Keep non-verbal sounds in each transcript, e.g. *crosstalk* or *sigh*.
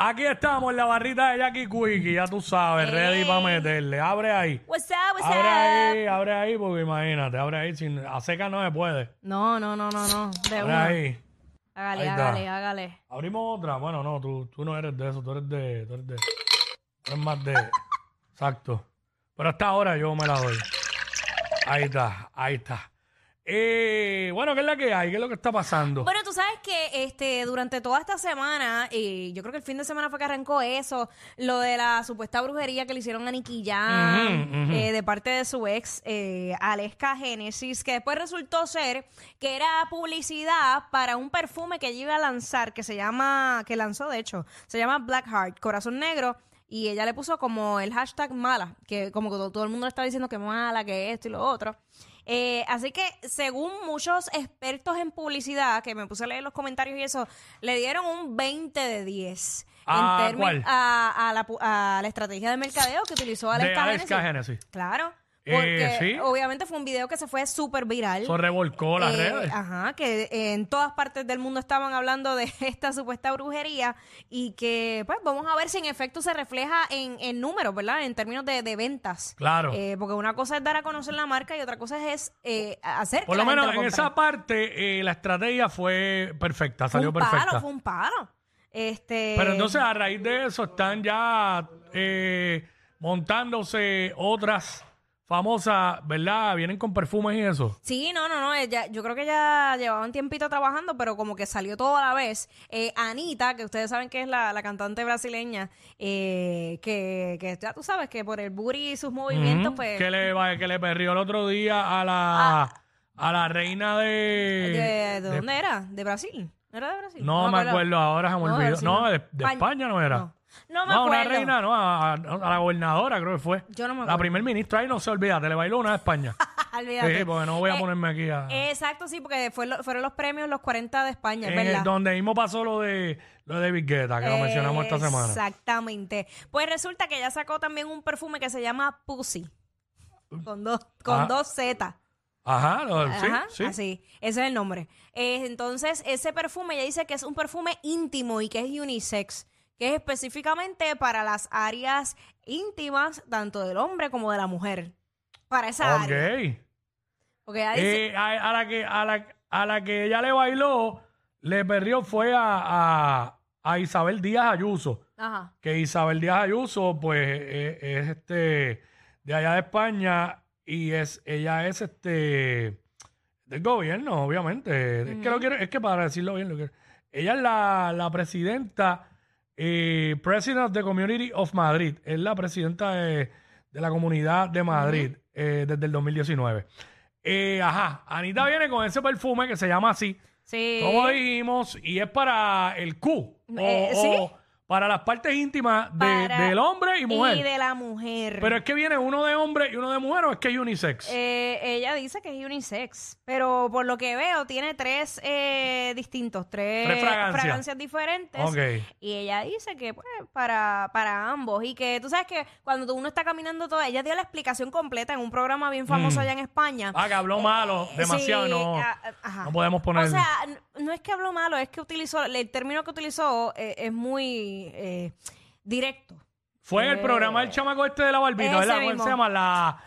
Aquí estamos en la barrita de Jackie Quickie, ya tú sabes, ready para meterle. Abre ahí. What's up, what's Abre up? ahí, abre ahí, porque imagínate, abre ahí. Sin, a seca no se puede. No, no, no, no, no. De Abre una. ahí. Hágale, Ahí está. hágale, hágale. Abrimos otra. Bueno, no, tú, tú no eres de eso, tú eres de. Tú eres de. Tú eres más de. Exacto. Pero hasta ahora yo me la doy. Ahí está, ahí está. Eh, bueno, ¿qué es la que hay? ¿Qué es lo que está pasando? Bueno, tú sabes que este durante toda esta semana, eh, yo creo que el fin de semana fue que arrancó eso, lo de la supuesta brujería que le hicieron a Nicky Jam, Ujú, ujú. eh, de parte de su ex, eh, Aleska Genesis, que después resultó ser que era publicidad para un perfume que ella iba a lanzar, que se llama, que lanzó de hecho, se llama Black Heart, Corazón Negro. Y ella le puso como el hashtag mala, que como que to- todo el mundo le está diciendo que mala, que esto y lo otro. Eh, así que según muchos expertos en publicidad, que me puse a leer los comentarios y eso, le dieron un 20 de 10 Ah, termi- ¿cuál? A, a la, pu- a la estrategia de mercadeo que utilizó Alex de Aleska Genesis. Genesis. Claro. Eh, Porque sí. obviamente fue un video que se fue súper viral. Eso revolcó las Eh, redes. Ajá, que eh, en todas partes del mundo estaban hablando de *laughs* esta supuesta brujería y que, pues, vamos a ver si en efecto se refleja en, en números, ¿verdad? En términos de, de ventas. Claro. Eh, porque una cosa es dar a conocer la marca y otra cosa es eh, hacer que Por lo la gente menos en compre. esa parte eh, la estrategia fue perfecta, Fue salió un palo, perfecta. fue un palo. Este, Pero entonces a raíz de eso están ya eh, montándose otras famosas, ¿verdad? Vienen con perfumes y eso. Sí, no, no, no. ella- yo creo que ya llevaba un tiempito trabajando, pero como que salió todo a la vez. Eh, Anita, que ustedes saben que es la, la cantante brasileña, eh, que, que ya tú sabes que por el booty y sus movimientos, Ujú. pues. que, le, va- que le perrió el otro día a la, a la reina de... ¿De, Ah. de de- dónde era? ¿De Brasil? ¿No ¿Era de Brasil? No, me acuerdo ahora, se me No, de olvidó. Brasil no, no. de, de España. España no era. No. No me una acuerdo. reina, no, a, a- a la gobernadora creo que fue. Yo no me La acuerdo. primer ministra, ahí no se olvida, te le bailó una de *laughs* España. Olvídate. sí, porque no voy a Eh, ponerme aquí a... Exacto, sí, porque fue lo- fueron los premios los 40 de España, es en el- ¿verdad? donde mismo pasó lo de lo de Big Guetta, que lo mencionamos esta semana. Exactamente. Pues resulta que ella sacó también un perfume que se llama Pussy. Con dos, con Ah. dos Z. Ajá, lo- Ajá, sí, sí. así. Ese es el nombre. Eh, entonces, ese perfume, ella dice que es un perfume íntimo y que es unisex, que es específicamente para las áreas íntimas, tanto del hombre como de la mujer. Para esa Ok. área. Porque ella dice, Eh, a, a la que, a, la, a la que ella le bailó, le perdió fue a, a, a Isabel Díaz Ayuso. ajá, Que Isabel Díaz Ayuso, pues, eh, es este de allá de España y es ella es este del gobierno, obviamente. Es que lo quiero, es que para decirlo bien, lo quiero- ella es la, la presidenta, eh, President of the Community of Madrid, es la presidenta de, de la comunidad de Madrid eh, desde el 2019. Eh, ajá, Anita viene con ese perfume que se llama así, sí. como dijimos, y es para el Q, o- Eh, ¿sí? o para las partes íntimas de- Para- del hombre y mujer. Y de la mujer. Pero es que viene uno de hombre y uno de mujer, o es que es unisex. Eh, ella dice que es unisex, pero por lo que veo tiene tres eh, distintos, tres, Tres fragancias. diferentes. Ok. Y ella dice que pues, para, para ambos. Y que tú sabes que cuando tú- uno está caminando todo, ella dio la explicación completa en un programa bien famoso Mm. allá en España. Ah, que habló malo, Eh, demasiado, sí, no, ah, ah, ajá. no podemos poner. O sea, n- no es que habló malo, es que utilizó, el término que utilizó eh, es muy eh, directo. fue el eh, programa del chamaco este de la barbita, ese ¿verdad? ¿Cómo mismo. se llama? La.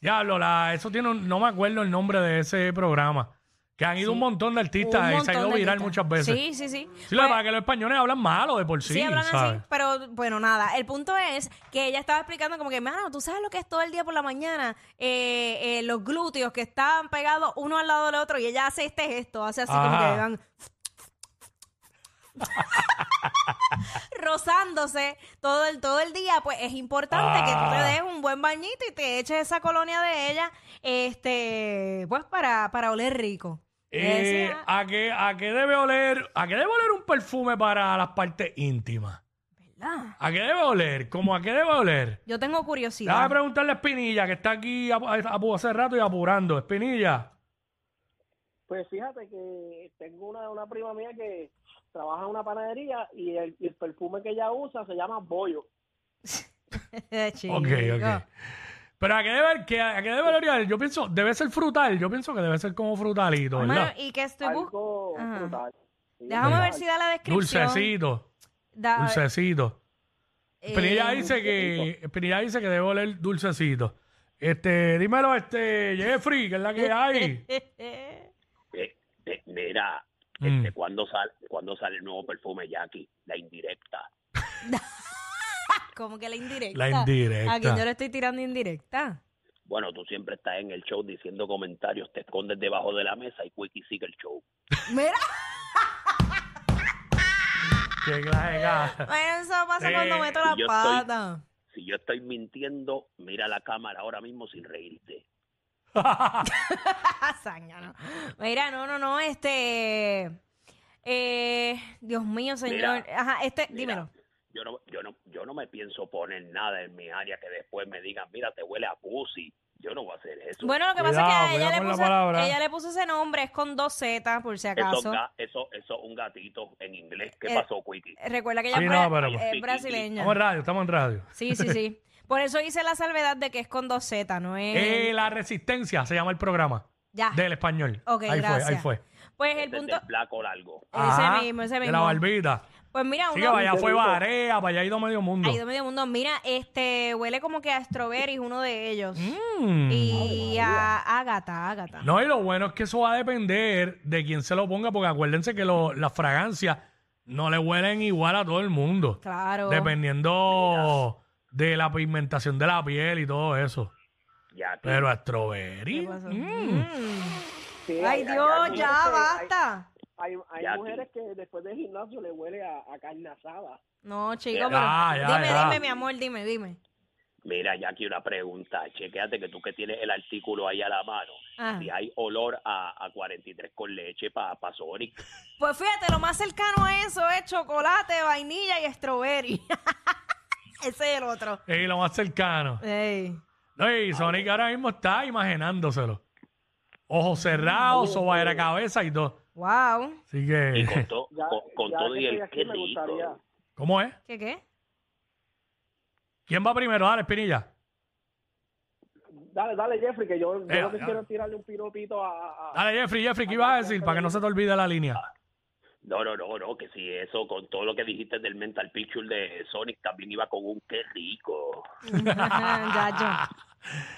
Diablo, la. Eso tiene un. No me acuerdo el nombre de ese programa. Que han ido un montón de artistas Un y se ha montón ido de viral artistas. muchas veces. Sí, sí, sí. Sí, lo que Pues- pasa es que los españoles hablan malo de por sí. Sí, hablan ¿sabes? así, pero bueno, nada. El punto es que ella estaba explicando como que, mano, tú sabes lo que es todo el día por la mañana, eh, eh, los glúteos que estaban pegados uno al lado del otro y ella hace este gesto, hace así como Ajá. que van *laughs* rozándose todo el, todo el día, pues es importante que tú Ah. te des un buen bañito y te eches esa colonia de ella, este, pues para, para oler rico. Y ella Eh, decía, ¿a, qué, ¿A qué debe oler? ¿A qué debe oler un perfume para las partes íntimas? "Ah, ¿A qué debe oler? ¿Cómo a qué debe oler? yo tengo curiosidad. Déjame *laughs* preguntarle a Espinilla, que está aquí apu- apu- hace rato y apurando. Espinilla. Pues fíjate que tengo una, una prima mía que trabaja en una panadería y el, y el perfume que ella usa se llama bollo. Eh, chico. Ok, ok. Pero ¿a qué debe, que, a qué debe oler? Yo pienso, debe ser frutal. Yo pienso que debe ser como frutalito, Bueno, ¿verdad? y que estoy buscando. Algo Ajá. brutal. Sí, Déjame brutal. ver si da la descripción. Dulcecito, Da- dulcecito. eh, Espinilla dice que Espinilla dice que debe oler dulcecito. Este, dímelo, este, Jeffrey, que es la que hay. Eh, eh, mira, Mm. este, ¿cuándo, sale, ¿cuándo sale el nuevo perfume Jackie? La indirecta. *laughs* Como que la indirecta. La indirecta. ¿A quién yo le estoy tirando indirecta? Bueno, tú siempre estás en el show diciendo comentarios, te escondes debajo de la mesa y Quickie sigue el show. Mira, Qué clase de cara. bueno, eso pasa Eh, cuando meto la yo estoy- pata. Si yo estoy mintiendo, mira la cámara ahora mismo sin reírte. Hazaña, ¿no? Mira, no, no, no, este... Eh, Dios mío, señor. Mira, Ajá, este, Mira, dímelo. Yo no, yo, no, yo no me pienso poner nada en mi área que después me digan, mira, te huele a pussy. Yo no voy a hacer eso. Bueno, lo que Cuidado, pasa es que a ella cuidado le, con la puso, palabra. ella le puso ese nombre, es con dos Z, por si eso, acaso. ga- eso, eso es un gatito en inglés. ¿Qué Eh, pasó, Quickie? Recuerda que ella Sí, es no, bra- eh, pero- es brasileña. Estamos en radio, estamos en radio. Sí, sí, sí. Por eso hice la salvedad de que es con dos Z, no es. Eh, la Resistencia se llama el programa ya. del español. Ok, ahí fue, ahí gracias. fue. Pues el Desde punto. el flaco largo. Ajá, mismo, ese De la mismo. barbita. Pues mira, Sí, que uno. para allá fue Varea, para allá ha ido medio mundo. Ay, Dios mío, mundo. Mira, este huele como que a Strawberry, uno de ellos. Mm. Y a Ágata, Ágata. No, y lo bueno es que eso va a depender de quién se lo ponga, porque acuérdense que lo- las fragancias no le huelen igual a todo el mundo. Claro. Dependiendo de la pigmentación de la piel y todo eso. Jackie, Pero a strawberry. ¿Qué pasó? mm. Mm. Sí, Ay, hay- hay- Dios, hay ya mujeres que- basta. Hay, hay, Ya, hay sí. mujeres que después del gimnasio le huele a, a carne asada. No, chico, Ya, pero. ya, dime, ya. dime, mi amor, dime, dime. Mira, Jackie, una pregunta. Chequéate que tú que tienes el artículo ahí a la mano. Ah. si hay olor a, a 43 con leche para pa Sonic. Pues fíjate, lo más cercano a eso es chocolate, vainilla y strawberry. *laughs* Ese es el otro. Y lo más cercano. Ey. No, Ah, y Sonic ahora mismo está imaginándoselo. Ah, Ojos cerrados, soba de cabeza y todo. Wow. Así Y con, que, to- *laughs* Ya- con, con ya todo que y estoy el aquí, qué me rico. gustaría- ¿cómo es? ¿Qué qué? ¿Quién va primero? Dale, Espinilla. Dale, dale, Jeffrey, que yo, yo Venga, lo que ya. quiero es tirarle un piropito a... a- a- Dale, Jeffrey, Jeffrey, ¿qué ibas a decir? Para que no se te olvide la línea. No, no, no, no, que si eso, con todo lo que dijiste del mental picture de Sonic, también iba con un qué rico. *laughs* ya,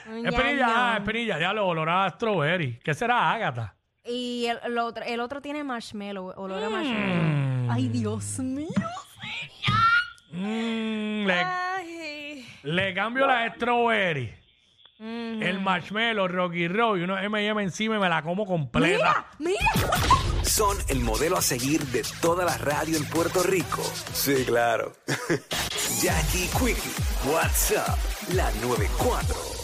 yo. Un Espinilla, yaño. ah, Espinilla, ya lo oloraba a strawberry. ¿Qué será Ágata? Y el, el otro, el otro tiene marshmallow, olor a marshmallow. Ay, Dios mío. Mm, le, Ay. le cambio la strawberry, Mm. el marshmallow, Rocky Roll y unos M&M encima y me la como completa. Mira, mira. Son el modelo a seguir de toda la radio en Puerto Rico. Sí, *laughs* claro. Jackie Quickie, WhatsApp, la 94.